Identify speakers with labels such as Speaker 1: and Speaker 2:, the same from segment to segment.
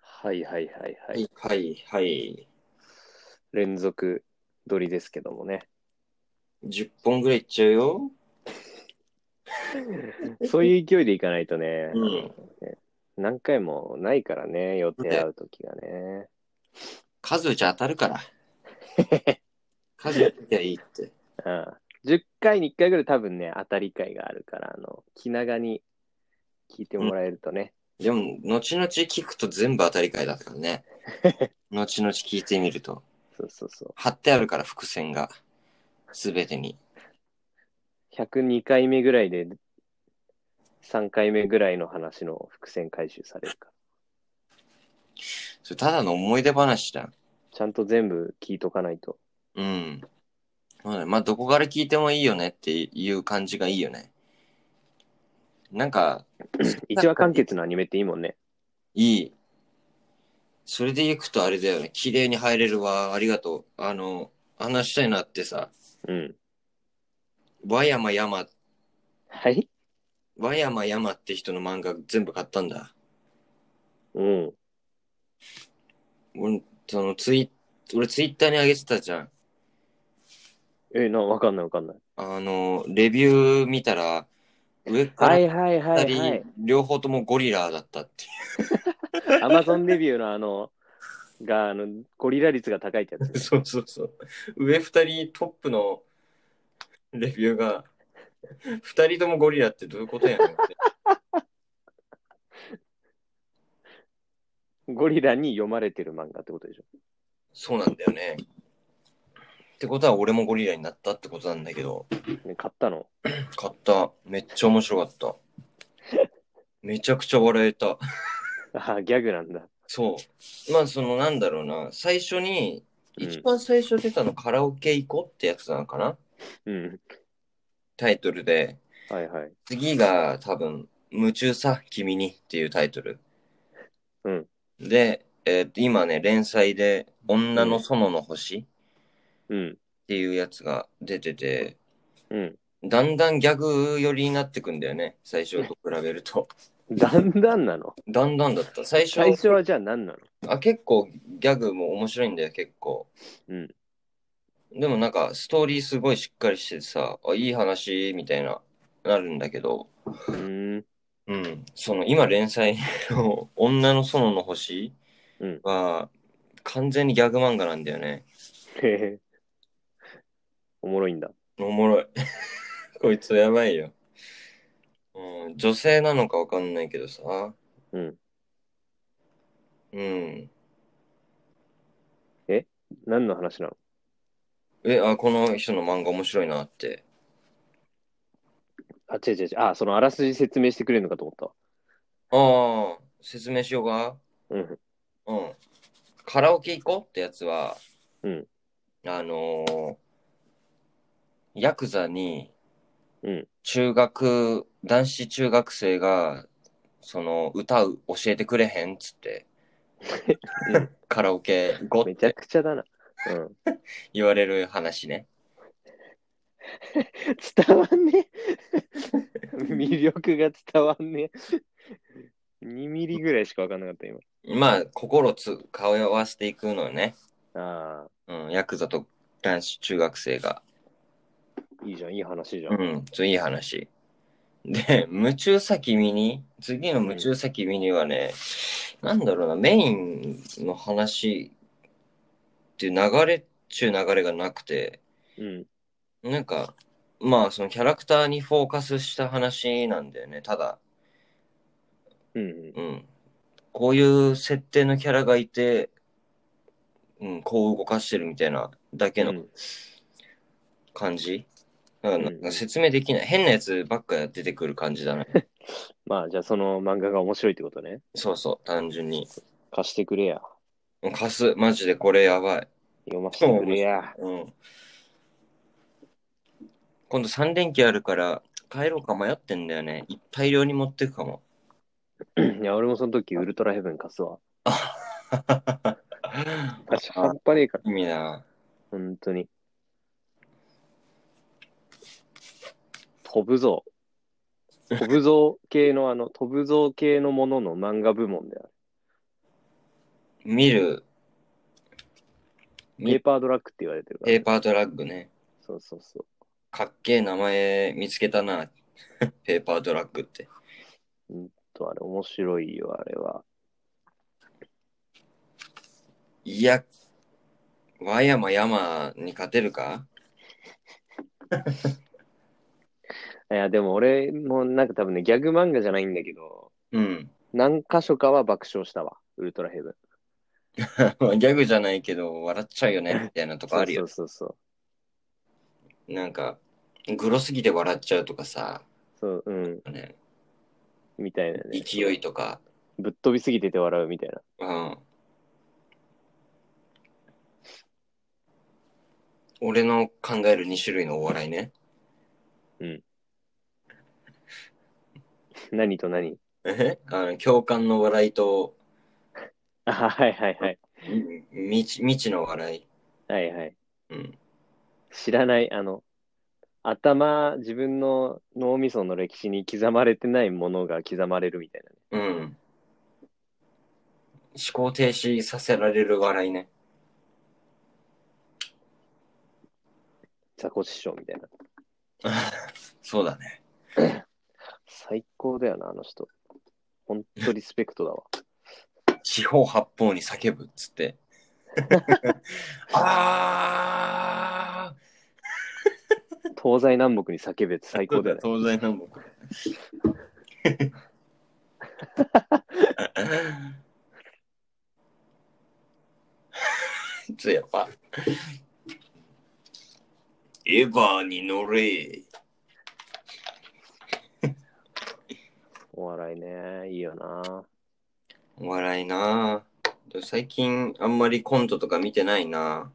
Speaker 1: はいはいはいは。
Speaker 2: はいい、はい、はい。
Speaker 1: 連続撮りですけどもね。
Speaker 2: 10本ぐらいいっちゃうよ。
Speaker 1: そういう勢いでいかないとね、
Speaker 2: うん
Speaker 1: 何回もないからね、予定合うときがね。
Speaker 2: 数打ち当たる から。数打ちゃいいって。
Speaker 1: うん、10回に1回ぐらい多分ね、当たり会があるから、あの、気長に聞いてもらえるとね。
Speaker 2: でも、後々聞くと全部当たり会だったから ね。後々聞いてみると。
Speaker 1: そうそうそ
Speaker 2: 貼ってあるから、伏線が。すべてに。
Speaker 1: う。102回目ぐらいで、3回目ぐらいの話の伏線回収されるから。
Speaker 2: それただの思い出話じゃん。
Speaker 1: ちゃんと全部聞いとかないと。
Speaker 2: うん。そうだねまあ、どこから聞いてもいいよねっていう感じがいいよね。なんか、
Speaker 1: 一話完結のアニメっていいもんね。
Speaker 2: いい。それで行くとあれだよね。綺麗に入れるわ。ありがとう。あの、話したいなってさ、
Speaker 1: うん。
Speaker 2: 和山山、
Speaker 1: はい
Speaker 2: 和山山って人の漫画全部買ったんだ。
Speaker 1: うん。
Speaker 2: 俺、そのツイ、俺ツイッターに上げてたじゃん。
Speaker 1: え、な、わかんないわかんない。
Speaker 2: あの、レビュー見たら、上か
Speaker 1: は
Speaker 2: ら
Speaker 1: いはいは
Speaker 2: 二
Speaker 1: い、はい
Speaker 2: 人。、両方ともゴリラだったって。
Speaker 1: アマゾンレビューのあの、が、あの、ゴリラ率が高いってやつ。
Speaker 2: そう そうそう。上二人トップのレビューが、二人ともゴリラってどういうことやねんって。
Speaker 1: ゴリラに読まれてる漫画ってことでしょ。
Speaker 2: そうなんだよね。ってことは俺もゴリラになったってことなんだけど、
Speaker 1: ね、買ったの。
Speaker 2: 買った。めっちゃ面白かった。めちゃくちゃ笑えた。
Speaker 1: ああ、ギャグなんだ。
Speaker 2: そう。まあそのなんだろうな、最初に、
Speaker 1: うん
Speaker 2: 一番最初出たのカラオケ行こうってやつなのかな
Speaker 1: うん。
Speaker 2: タイトルで。
Speaker 1: はいはい。
Speaker 2: 次が多分、夢中さ、君にっていうタイトル。
Speaker 1: うん。
Speaker 2: で、えー今ね、連載で、女の園の星っ
Speaker 1: うん。
Speaker 2: ていうやつが出てて、
Speaker 1: うん。
Speaker 2: だんだんギャグ寄りになってくんだよね。最初と比べ ると。
Speaker 1: だんだんなの。
Speaker 2: だんだんだった。最初
Speaker 1: 最初はじゃあ何なの
Speaker 2: あ、結構ギャグも面白いんだよ、結構。
Speaker 1: うん。
Speaker 2: でもなんか、ストーリーすごいしっかりしててさ、あ、いい話、みたいな、なるんだけど、
Speaker 1: うーん。
Speaker 2: うん。その、今連載の女の園の星
Speaker 1: うん
Speaker 2: は、完全にギャグ漫画なんだよね。
Speaker 1: へへ。おもろいんだ。
Speaker 2: おもろい。 こいつやばいよ。うん、女性なのかわかんないけどさ。
Speaker 1: うん。
Speaker 2: うん。
Speaker 1: 何の話なの
Speaker 2: え、あ、この人の漫画面白いなって。
Speaker 1: あ、違う違う違う。あ、そのあらすじ説明してくれるのかと思ったわ。
Speaker 2: ああ、説明しようか。
Speaker 1: うん。
Speaker 2: うん。カラオケ行こうってやつは、
Speaker 1: うん
Speaker 2: あのーヤクザに
Speaker 1: うん、
Speaker 2: 中学、男子中学生が、その、歌う、教えてくれへんっ つって、うんカラオケ行こう
Speaker 1: め
Speaker 2: っ
Speaker 1: ちゃ
Speaker 2: て
Speaker 1: くちゃだな。うん。
Speaker 2: 言われる話ね。
Speaker 1: 伝わんねえ 魅力が伝わんねえ2ミリぐらいしか分かんなかった今
Speaker 2: まあ、心つ、顔合わせていくのよね。
Speaker 1: あ
Speaker 2: うん、ヤクザと男子中学生が。
Speaker 1: あいいじゃんいい話じゃん、
Speaker 2: うん、そういい話。で、夢中さ君に、次の夢中さ君にはね、なんだろうな、メインの話っていう流れっちゅう流れがなくて、
Speaker 1: うん、
Speaker 2: なんか、まあそのキャラクターにフォーカスした話なんだよね、ただ、
Speaker 1: うんうん
Speaker 2: うん。こういう設定のキャラがいて、うん、こう動かしてるみたいなだけの
Speaker 1: うん
Speaker 2: 感じ、なんか
Speaker 1: うん
Speaker 2: なんか説明できない。変なやつばっか出てくる感じだね。
Speaker 1: まあじゃあその漫画が面白いってことね
Speaker 2: そうそう、単純に。
Speaker 1: 貸してくれや
Speaker 2: もう貸す、マジでこれやばい。
Speaker 1: 読ませてくれや
Speaker 2: うん。今度3連休あるから、帰ろうか迷ってんだよね。いっぱい量に持ってくかも。
Speaker 1: いや俺もその時ウルトラヘブン貸すわ私半
Speaker 2: あ
Speaker 1: 端ねえから
Speaker 2: 意味な。
Speaker 1: 本当に飛ぶぞ飛ぶぞ系のあの飛ぶぞ系のものの漫画部門である
Speaker 2: 見る、
Speaker 1: ペーパードラッグって言われてるから、
Speaker 2: ペーパードラッグね。
Speaker 1: そうそうそう。
Speaker 2: かっけえ名前見つけたな。 ペーパードラッグって。
Speaker 1: と、あれ、面白いよ、あれは。
Speaker 2: いや、和山山に勝てるか
Speaker 1: いや、でも俺もなんか多分ね、ギャグ漫画じゃないんだけど、
Speaker 2: うん。
Speaker 1: 何箇所かは爆笑したわ。ウルトラヘブン。
Speaker 2: ギャグじゃないけど、笑っちゃうよね、みたいなとこあるよ。
Speaker 1: そうそう
Speaker 2: なんか、グロすぎて笑っちゃうとかさ、
Speaker 1: そう。そう、うん。
Speaker 2: ね、
Speaker 1: みたいなね。
Speaker 2: 勢いとか、
Speaker 1: ぶっ飛びすぎてて笑うみたいな。
Speaker 2: うん。俺の考える2種類のお笑いね。
Speaker 1: 何と何
Speaker 2: えあの共感の笑いと
Speaker 1: あ、はいはいはい。
Speaker 2: み未知未知の笑
Speaker 1: はいはい。
Speaker 2: い。うん。
Speaker 1: 知らない、あの、頭、自分の脳みその歴史に刻まれてないものが刻まれるみたいなね。
Speaker 2: うん。思考停止させられる笑いね。
Speaker 1: ザコシショウみたいな。
Speaker 2: そうだね。
Speaker 1: 最高だよな、あの人。ほんとリスペクトだわ。
Speaker 2: 四方八方に叫ぶっつって。 ああ
Speaker 1: 東西南北に叫べって最高だよね。
Speaker 2: 東西南北。ちょっとやっぱ。エヴァに乗れ。
Speaker 1: お笑いね、いいよな。
Speaker 2: お笑いなぁ最近あんまりコントとか見てないな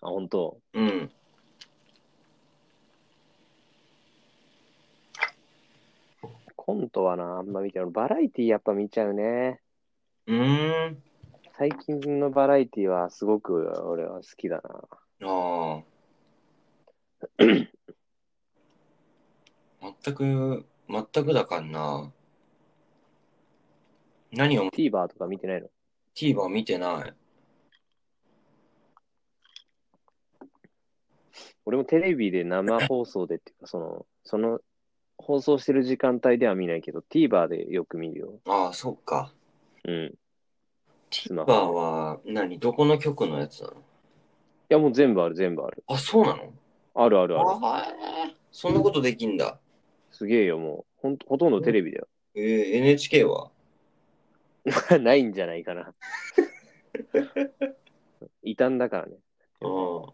Speaker 1: あ、ほんと。
Speaker 2: ぁうん。
Speaker 1: コントはな、あんま見てない。バラエティやっぱ見ちゃうね。
Speaker 2: うーん。
Speaker 1: 最近のバラエティはすごく俺は好きだな。
Speaker 2: ああ。 全く、全くだからな何を
Speaker 1: TVer とか見てないの
Speaker 2: TVer 見てない。
Speaker 1: 俺もテレビで生放送でっていうか、その、その、放送してる時間帯では見ないけど、TVer でよく見るよ。
Speaker 2: ああ、そっか。
Speaker 1: うん。いスマ
Speaker 2: TVer
Speaker 1: ホ
Speaker 2: は何どこの局のやつなの
Speaker 1: や、もう全部ある、全部ある。
Speaker 2: あ、そうなの
Speaker 1: あるあるある。
Speaker 2: ああ、そんなことできんだ。
Speaker 1: すげえよ、もう。ほんと、ほとんどテレビだよ。
Speaker 2: えー、NHK は
Speaker 1: ないんじゃないかな。異端だからね。
Speaker 2: う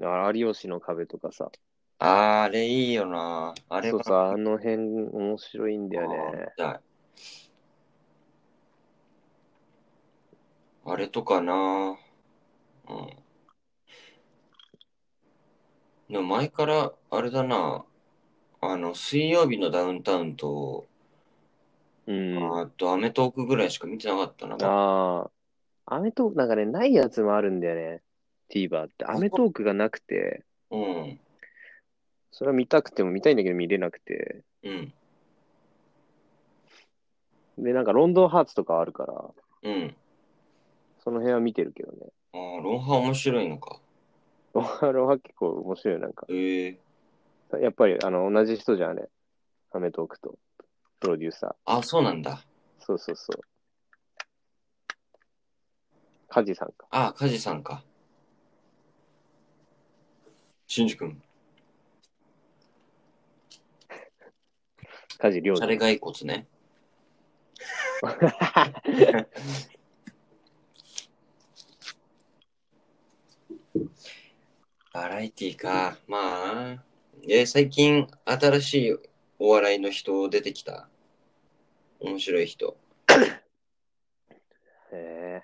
Speaker 1: だから有吉の壁とかさ。
Speaker 2: ん。あーあれいいよな。あれ
Speaker 1: そう
Speaker 2: は
Speaker 1: さ、あの辺面白いんだよね。
Speaker 2: あー。あれとかな。うん。でも前から、あれだな。あの、水曜日のダウンタウンと、
Speaker 1: うん。
Speaker 2: あと、アメトークぐらいしか見てなかったな。
Speaker 1: ああ。アメトーク、なんかね、ないやつもあるんだよね。TVer って。アメトークがなくて、
Speaker 2: うん。
Speaker 1: それは見たくても見たいんだけど見れなくて。
Speaker 2: うん。
Speaker 1: で、なんかロンドンハーツとかあるから、
Speaker 2: うん。
Speaker 1: その辺は見てるけどね。
Speaker 2: ああ、ロンハー面白いのか。
Speaker 1: ロハロハ結構面白いよなんか。
Speaker 2: ええ
Speaker 1: やっぱり、あの、同じ人じゃん、あれ。アメトークと、プロデューサー。
Speaker 2: あ、そうなんだ。
Speaker 1: そうそうそう。カジさんか。
Speaker 2: ああ、カジさんか。しんじ君、
Speaker 1: カジ亮
Speaker 2: シャレ骸骨ね。バラエティか。まあ。え、最近、新しいお笑いの人出てきた。面白い人。
Speaker 1: へえ。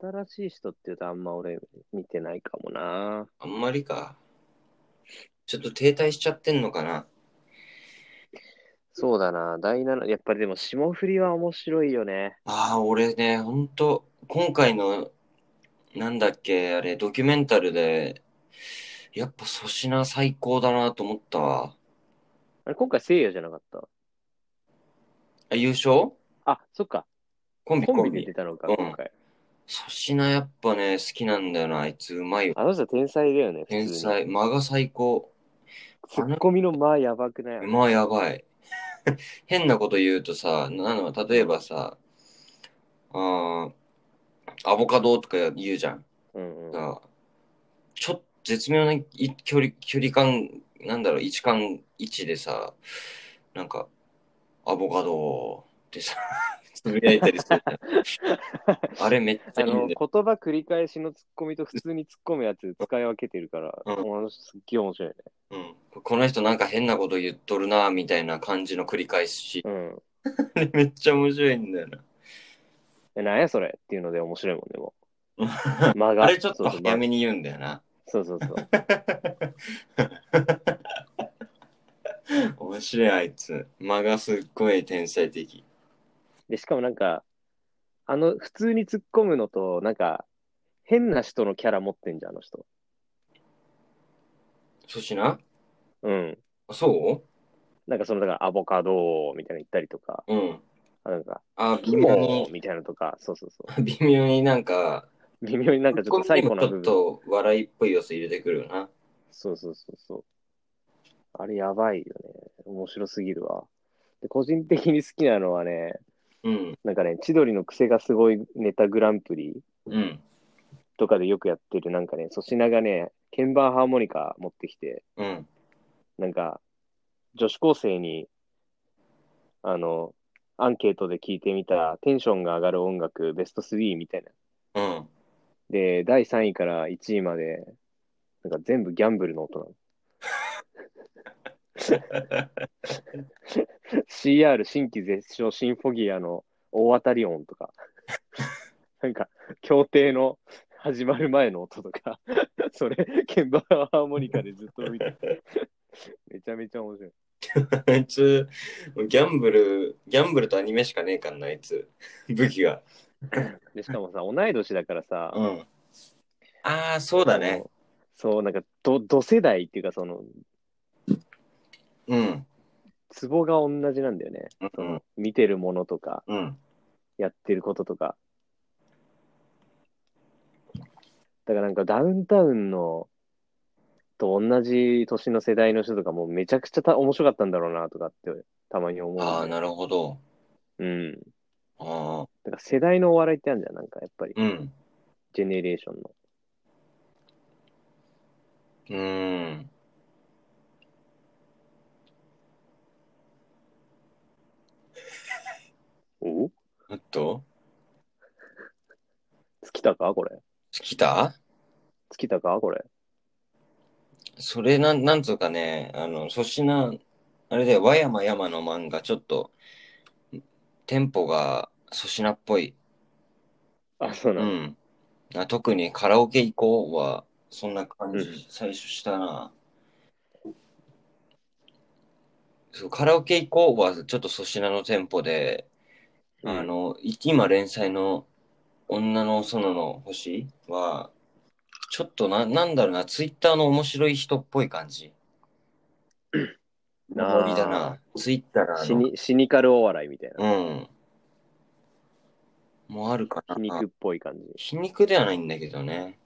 Speaker 1: 新しい人って言うとあんま俺見てないかもな。
Speaker 2: あんまりか。ちょっと停滞しちゃってんのかな。
Speaker 1: そうだな。第7、やっぱりでも霜降りは面白いよね。
Speaker 2: ああ、俺ね、ほんと、今回の、なんだっけ、あれ、ドキュメンタルで、やっぱ粗品最高だなと思ったわ。
Speaker 1: あれ、今回せいやじゃなかった。
Speaker 2: あ、優勝
Speaker 1: あ、そっか。
Speaker 2: コンビ
Speaker 1: コ
Speaker 2: コ
Speaker 1: ンビ
Speaker 2: ン
Speaker 1: で
Speaker 2: ビ
Speaker 1: 出。たのか、
Speaker 2: うん
Speaker 1: 今回。
Speaker 2: 粗品やっぱね、好きなんだよな。あいつうまいよ。
Speaker 1: あの人天才だよね、普通に
Speaker 2: 天。才。間が最高。
Speaker 1: ツッコミの間やばくない
Speaker 2: まあやばい。 変なこと言うとさ、なの例えばさ、あーアボカドとか言うじゃん。
Speaker 1: うんうん。
Speaker 2: さちょっと絶妙ない距離距離感、なんだろう、位置感、位置でさ、なんか、アボカドってさ、 つぶやいたりするじゃんあれめっちゃ
Speaker 1: あ
Speaker 2: いい
Speaker 1: の
Speaker 2: ん
Speaker 1: 言
Speaker 2: だよ。
Speaker 1: 葉繰り返しのツッコミと普通にツッコむやつ使い分けてるから、
Speaker 2: うん
Speaker 1: もうあの人すっげえ面白いね。
Speaker 2: うん、この人なんか変なこと言っとるな、みたいな感じの繰り返し。
Speaker 1: うん
Speaker 2: あれめっちゃ面白いんだよな。
Speaker 1: え。なんやそれっていうので面白いもんね、も
Speaker 2: うん
Speaker 1: う。間が。
Speaker 2: あれちょっと
Speaker 1: そうそう間
Speaker 2: 早めに言うんだよな。
Speaker 1: そうそうそう。
Speaker 2: 面白いあいつ。間がすっごい天才的。
Speaker 1: で、しかもなんか、あの、普通に突っ込むのと、なんか、変な人のキャラ持ってんじゃん、あの人。
Speaker 2: 粗品
Speaker 1: うん。
Speaker 2: そ
Speaker 1: なんかその、だから、アボカドみたいなの言ったりとか、
Speaker 2: ううん。
Speaker 1: あなんか、
Speaker 2: あ、微
Speaker 1: キ
Speaker 2: 妙
Speaker 1: モ
Speaker 2: に、
Speaker 1: みたいなのとか、そうそうそ
Speaker 2: 微妙になんか、
Speaker 1: う。微妙になんかちょっと最後
Speaker 2: ツ
Speaker 1: の
Speaker 2: ッコ
Speaker 1: 部分。
Speaker 2: ミでもちょっと笑いっぽい要素入れてくるよな。
Speaker 1: そうそうそうそう。あれやばいよね。面白すぎるわ。で、個人的に好きなのはね、
Speaker 2: うん。
Speaker 1: なんかね、千鳥の癖がすごいネタグランプリ
Speaker 2: うん。
Speaker 1: とかでよくやってる、なんかね、粗品がね、鍵盤ハーモニカ持ってきて、
Speaker 2: うん。
Speaker 1: なんか、女子高生に、あの、アンケートで聞いてみた、テンションが上がる音楽ベスト3みたいな。
Speaker 2: うん。
Speaker 1: で、第3位から1位まで、なんか全部ギャンブルの音なの。CR 新規絶唱シンフォギアの大当たり音とか、なんか、協定の始まる前の音とか、それ、鍵盤ハーモニカでずっと見てて、めちゃめちゃ面白い。
Speaker 2: あいつ、ギャンブル、ギャンブルとアニメしかねえからな、あいつ。 武器が。
Speaker 1: で、しかもさ、同い年だからさ、
Speaker 2: うん。ああ、そうだね。
Speaker 1: その。そう、なんか、ど、ど世代っていうか、その、
Speaker 2: うん。
Speaker 1: ツボが同じなんだよね。
Speaker 2: う
Speaker 1: そ
Speaker 2: ん
Speaker 1: の、見てるものとか、
Speaker 2: うん。
Speaker 1: やってることとか。だからなんか、ダウンタウンの、と同じ年の世代の人とかもめちゃくちゃた面白かったんだろうなとかってたまに思う、
Speaker 2: ああ、なるほど。
Speaker 1: うん。
Speaker 2: ああ、
Speaker 1: だから世代のお笑いってあるじゃん、なんかやっぱり。
Speaker 2: うん。
Speaker 1: ジェネレーションの。
Speaker 2: うん。
Speaker 1: お
Speaker 2: おっと
Speaker 1: 尽きたかこれ。
Speaker 2: 尽きた
Speaker 1: 尽きたかこれ。
Speaker 2: それなん、なんつうかね、あの、粗品、あれで、和山山の漫画、ちょっと、テンポが粗品っぽい。
Speaker 1: あ、そうな
Speaker 2: う
Speaker 1: の、
Speaker 2: ん。あ特にカラオケ行こうは、そんな感じ、
Speaker 1: うん
Speaker 2: 最初したな。そう、カラオケ行こうは、ちょっと粗品のテンポで、あの、い今連載の女の園の星は、ちょっとな、なんだろうな、ツイッターの面白い人っぽい感じ。
Speaker 1: あー
Speaker 2: ノリだな。ツイッター
Speaker 1: シ
Speaker 2: の。
Speaker 1: ニシニカルお笑いみたいな。
Speaker 2: うん。もうあるかな。
Speaker 1: 皮肉っぽい感じ。
Speaker 2: 皮肉ではないんだけどね。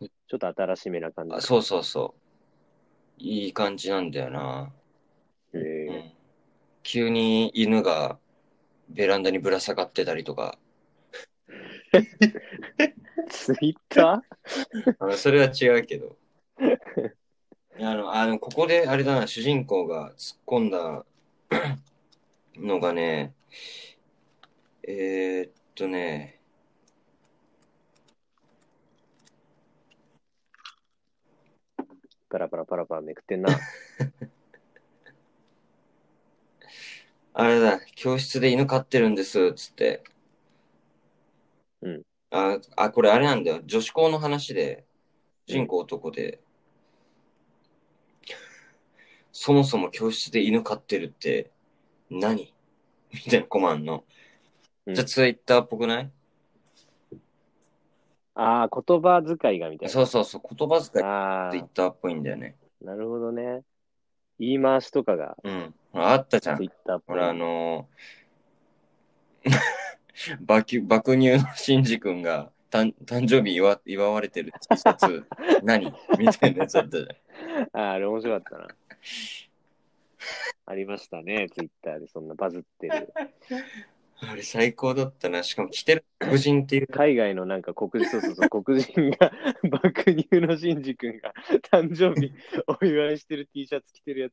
Speaker 1: ちょっと新しめな感じ
Speaker 2: あ。そうそうそう。いい感じなんだよな。
Speaker 1: へ
Speaker 2: う
Speaker 1: え
Speaker 2: ん、急に犬がベランダにぶら下がってたりとか。
Speaker 1: ツイッタ
Speaker 2: あのそれは違うけど。いやあの、あの、ここであれだな、主人公が突っ込んだのがね、えー、っとね、
Speaker 1: ー パラパラパラパラめくってんな。
Speaker 2: あれだ、教室で犬飼ってるんです、つって。
Speaker 1: うん。
Speaker 2: あ、あ、これあれなんだよ。女子校の話で、主人公男で、そもそも教室で犬飼ってるって何みたいなコマあんの。
Speaker 1: うん
Speaker 2: じゃあツイッターっぽくない、
Speaker 1: ああ、言葉遣いがみたいな。
Speaker 2: そうそうそう、言葉遣い
Speaker 1: あ
Speaker 2: ツイッ
Speaker 1: あ、
Speaker 2: ターっぽいんだよね。
Speaker 1: なるほどね。言い回しとかが
Speaker 2: うん。ほらあったじゃ
Speaker 1: ツイ
Speaker 2: ん。
Speaker 1: ッターっぽ
Speaker 2: ほ
Speaker 1: い
Speaker 2: ら、あのー 爆、爆乳のシンジ君が誕誕生日祝祝われてる T シ ャツ、何みたいなやつあったじゃん。
Speaker 1: あーあれ面白かったな。ありましたね、ツイッターでそんなバズってる。
Speaker 2: あれ最高だったな。しかも着てる黒人っていう。
Speaker 1: 海外のなんか黒人、そうそうそう、黒人が、 爆乳のシンジ君が誕生日お祝いしてる T シャツ着てるやつ。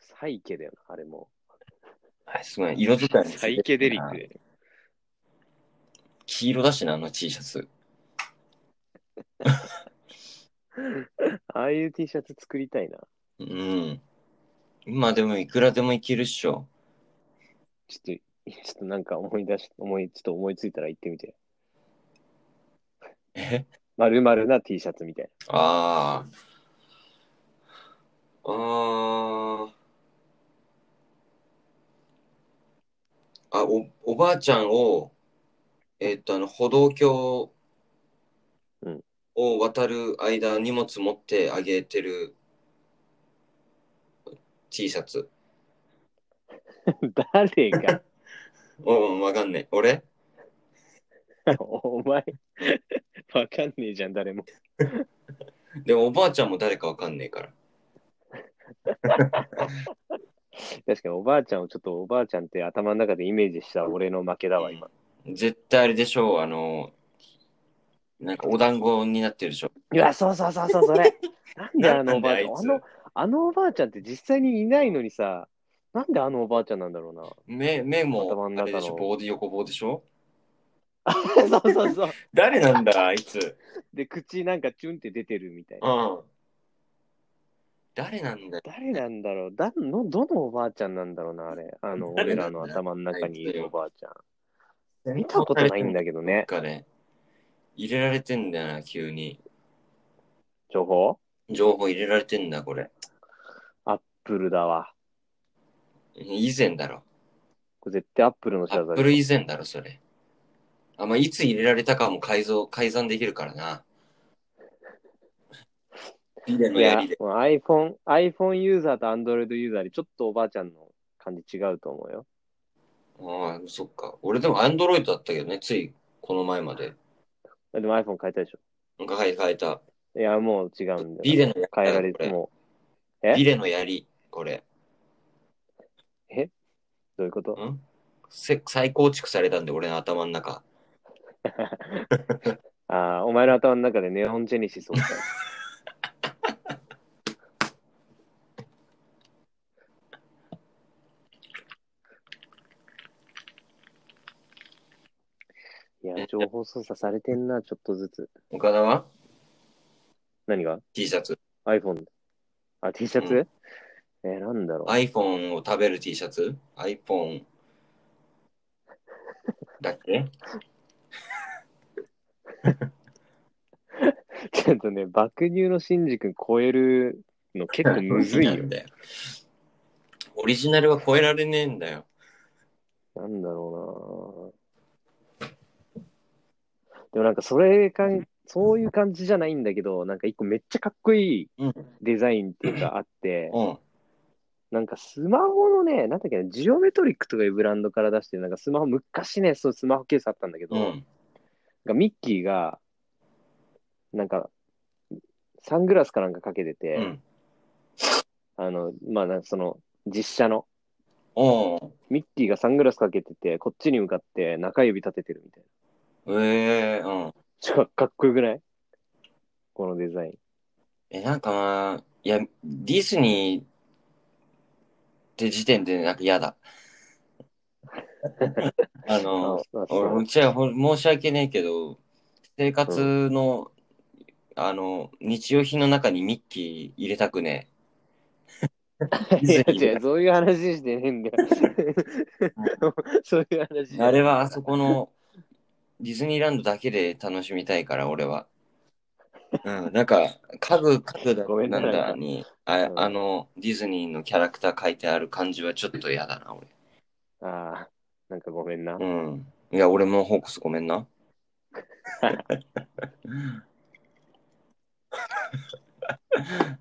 Speaker 1: サイケだよな、あれも。
Speaker 2: はい、すごい。色使いもすごい
Speaker 1: サイケデリック。で。
Speaker 2: 黄色だしな、あの T シャツ。
Speaker 1: ああいう T シャツ作りたいな。
Speaker 2: うん。今でもいくらでもいけるっしょ。
Speaker 1: ちょっと、ちょっとなんか思い出し、思い、ちょっと思いついたら言ってみて。
Speaker 2: え
Speaker 1: まるまるな T シャツみたい
Speaker 2: ああ。ああ。あ、お、おばあちゃんを、えっと、あの、歩道橋
Speaker 1: うん
Speaker 2: を渡る間、荷物持ってあげてる T シャツ。
Speaker 1: な。 誰が、
Speaker 2: うん、わかんねえ。俺
Speaker 1: お前、わかんねえじゃん、誰も。
Speaker 2: でもおばあちゃんも誰かわかんねえから。
Speaker 1: 確かにおばあちゃんをちょっとおばあちゃんって頭の中でイメージした俺の負けだわ、今。
Speaker 2: 絶対あれでしょう、あの、なんかお団子になってるでしょ。
Speaker 1: いや、そうそうそうそう、それ。なんであのおばあちゃん、
Speaker 2: な
Speaker 1: あ
Speaker 2: んであい
Speaker 1: の、あのおばあちゃんって実際にいないのにさ、なんであのおばあちゃんなん だろう
Speaker 2: 目、目も
Speaker 1: 頭の
Speaker 2: あ
Speaker 1: 中の
Speaker 2: れでしょ、棒で横棒でしょ。
Speaker 1: な。そうそうそう。
Speaker 2: 誰なんだ、あいつ。
Speaker 1: で、口なんかチュンって出てるみたいうな。
Speaker 2: ん。誰なんだよ。
Speaker 1: 誰なんだろうだのどのおばあちゃんなんだろうな、あれ。あの、
Speaker 2: 誰
Speaker 1: 俺
Speaker 2: な
Speaker 1: ら
Speaker 2: んだ
Speaker 1: の頭の中にいるおばあちゃん。見
Speaker 2: 見
Speaker 1: たことないんだけどね。
Speaker 2: かね。入れられてんだよな、急に。
Speaker 1: 情報
Speaker 2: 情報入れられてんだ、これ。
Speaker 1: アップルだわ。
Speaker 2: 以前だろ。
Speaker 1: これ絶対アップルの仕
Speaker 2: ア
Speaker 1: 業
Speaker 2: ッ
Speaker 1: だ
Speaker 2: プル以前だろ、それ。あ、まあ、いつ入れられたかも改造、改ざんできるからな。ビデの
Speaker 1: いや
Speaker 2: 槍で。、
Speaker 1: もう iPhone、iPhone ユーザーと Android ユーザーでちょっとおばあちゃんの感じ違うと思うよ。
Speaker 2: ああ、そっか。俺でもアンドロイドだったけどね、ついこの前まで。
Speaker 1: でも iPhone 変えたでし
Speaker 2: なんか、はい、変えた。
Speaker 1: ょ。いや、もう違うんだ
Speaker 2: ビ
Speaker 1: よ。
Speaker 2: レの槍。
Speaker 1: 変えられ
Speaker 2: これ
Speaker 1: て、もえ
Speaker 2: ビレの槍、これ。
Speaker 1: う、どういうこと
Speaker 2: んせ再構築されたんで、俺の頭の中。
Speaker 1: ああ、お前の頭の中でネオンジェネシスを使う。いや、情報操作されてんな、ちょっとずつ。
Speaker 2: 岡田は
Speaker 1: 何が
Speaker 2: ?T シャツ。
Speaker 1: ?iPhone。あ、T シャツ、えーなんだろう。
Speaker 2: iPhone を食べる T シャツ ?iPhone。だっけ
Speaker 1: ちょっとね、爆乳のシンジ君超えるの結構 むずい
Speaker 2: な
Speaker 1: よ
Speaker 2: ん。だよ。オリジナルは超えられねえんだよ。
Speaker 1: なんだろうなでもなんかそれかん、そういう感じじゃないんだけど、なんか一個めっちゃかっこいい
Speaker 2: うん。
Speaker 1: デザインっていうかあって、
Speaker 2: うん。
Speaker 1: なんかスマホのね、なんだっけな、ジオメトリックとかいうブランドから出してる、なんかスマホ、昔ね、そうスマホケースあったんだけど、
Speaker 2: う
Speaker 1: なん
Speaker 2: ん。
Speaker 1: かミッキーが、なんか、サングラスかなんかかけてて、
Speaker 2: うん。
Speaker 1: あの、まあ、なんかその、実写の、
Speaker 2: お
Speaker 1: ミッキーがサングラスかけてて、こっちに向かって中指立ててるみたいな。
Speaker 2: うん。ええうん。
Speaker 1: ちょ、かっこよくないこのデザイン。
Speaker 2: え、なんかな、いや、ディズニーって時点でなんか嫌だ。 あの、
Speaker 1: あ
Speaker 2: 俺、
Speaker 1: そう
Speaker 2: うちはほん申し訳ねえけど、生活の、あの、日用品の中にミッキー入れたくね え。
Speaker 1: いや
Speaker 2: ディズニー
Speaker 1: 違う、そういう話してねえんだよ。そういう話じゃない
Speaker 2: あれはあそ このディズニーランドだけで楽しみたいから、俺 は。うん、なんか、家具、家具だ
Speaker 1: ごめん
Speaker 2: な
Speaker 1: なん
Speaker 2: だに、あ
Speaker 1: うん
Speaker 2: あの、ディズニーのキャラクター書いてある感じはちょっと嫌だな、俺。
Speaker 1: ああ、なんかごめんな。
Speaker 2: うん。いや、俺もホークスごめんな。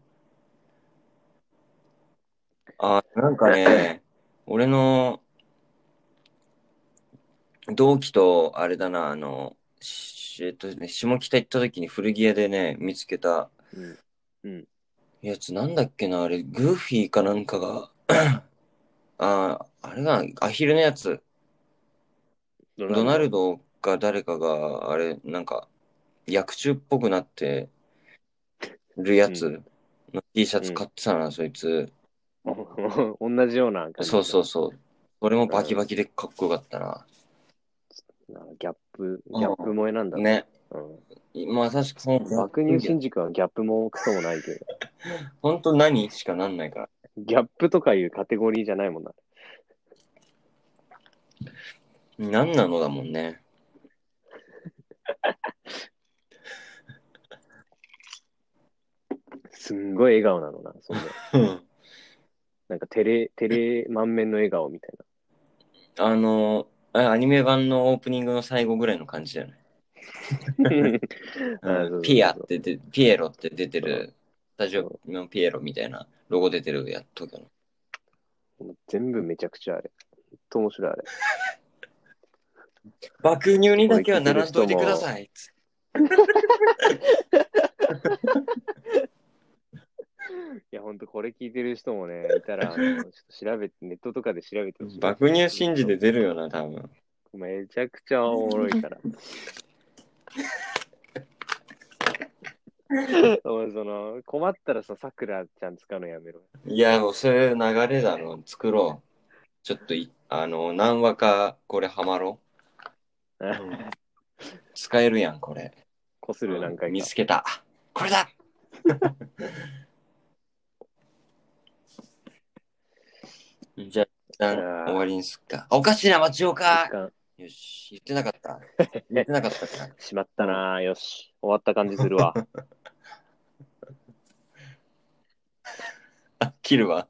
Speaker 2: あ、なんかね、俺の同期と、あれだな、あの、しえっとね、下北行った時に古着屋でね、見つけた
Speaker 1: うん
Speaker 2: やつ、なんだっけな、あれ、グーフィーかなんかが、 あ、あれが、アヒルのやつ、
Speaker 1: ド
Speaker 2: ドナルドが誰かが、あれ、なんか、薬中っぽくなってるや
Speaker 1: う
Speaker 2: つの T シャツ買ってたな、そいつ。
Speaker 1: ド 同じような感じ
Speaker 2: そうそうそう。それもバキバキでかっこよかったな。
Speaker 1: なんかギャップ、ギャップ萌えなんだろう
Speaker 2: ね。
Speaker 1: うん
Speaker 2: まあ確かその
Speaker 1: 爆乳新宿はギャップもクソもないけど、
Speaker 2: 本当何しかなんないから。
Speaker 1: ギャップとかいうカテゴリーじゃないもんな。
Speaker 2: 何なのだもんね。
Speaker 1: すんごい笑顔なのな、そ んで。なんかテレ、テレ満面の笑顔みたい
Speaker 2: あの、あアニメ版のオープニングの最後ぐらいの感じじゃない
Speaker 1: な。 あ
Speaker 2: う
Speaker 1: そ
Speaker 2: ん
Speaker 1: う
Speaker 2: ピアってで、ピエロって出てる、スタジオのピエロみたいなロゴ出てるやっとかの。
Speaker 1: もう全部めちゃくちゃあれ。ほんと面白いあれ。
Speaker 2: 爆乳にだけはならんといてください。つ
Speaker 1: いや、ほんとこれ聞いてる人も ね、いたら、あのちょっと調べて、ネットとかで調べてほしい。
Speaker 2: 爆乳信じて出るよな、多分。
Speaker 1: めちゃくちゃおもろい から。お前その困ったらさ、さくらちゃん使うのやめろ。
Speaker 2: いや、もうそういう流れだろ。作ろう。ちょっとい、あの、何話かこれハマろう。使えるやん、これ。
Speaker 1: こする何回か。
Speaker 2: 見つけた。これだ じゃあ、一旦終わりにすっか。あおかしいな、町岡
Speaker 1: 時間
Speaker 2: よし、言ってなかった。言ってなかったか。
Speaker 1: しまったなあよし。終わった感じするわ。
Speaker 2: あ、切るわ。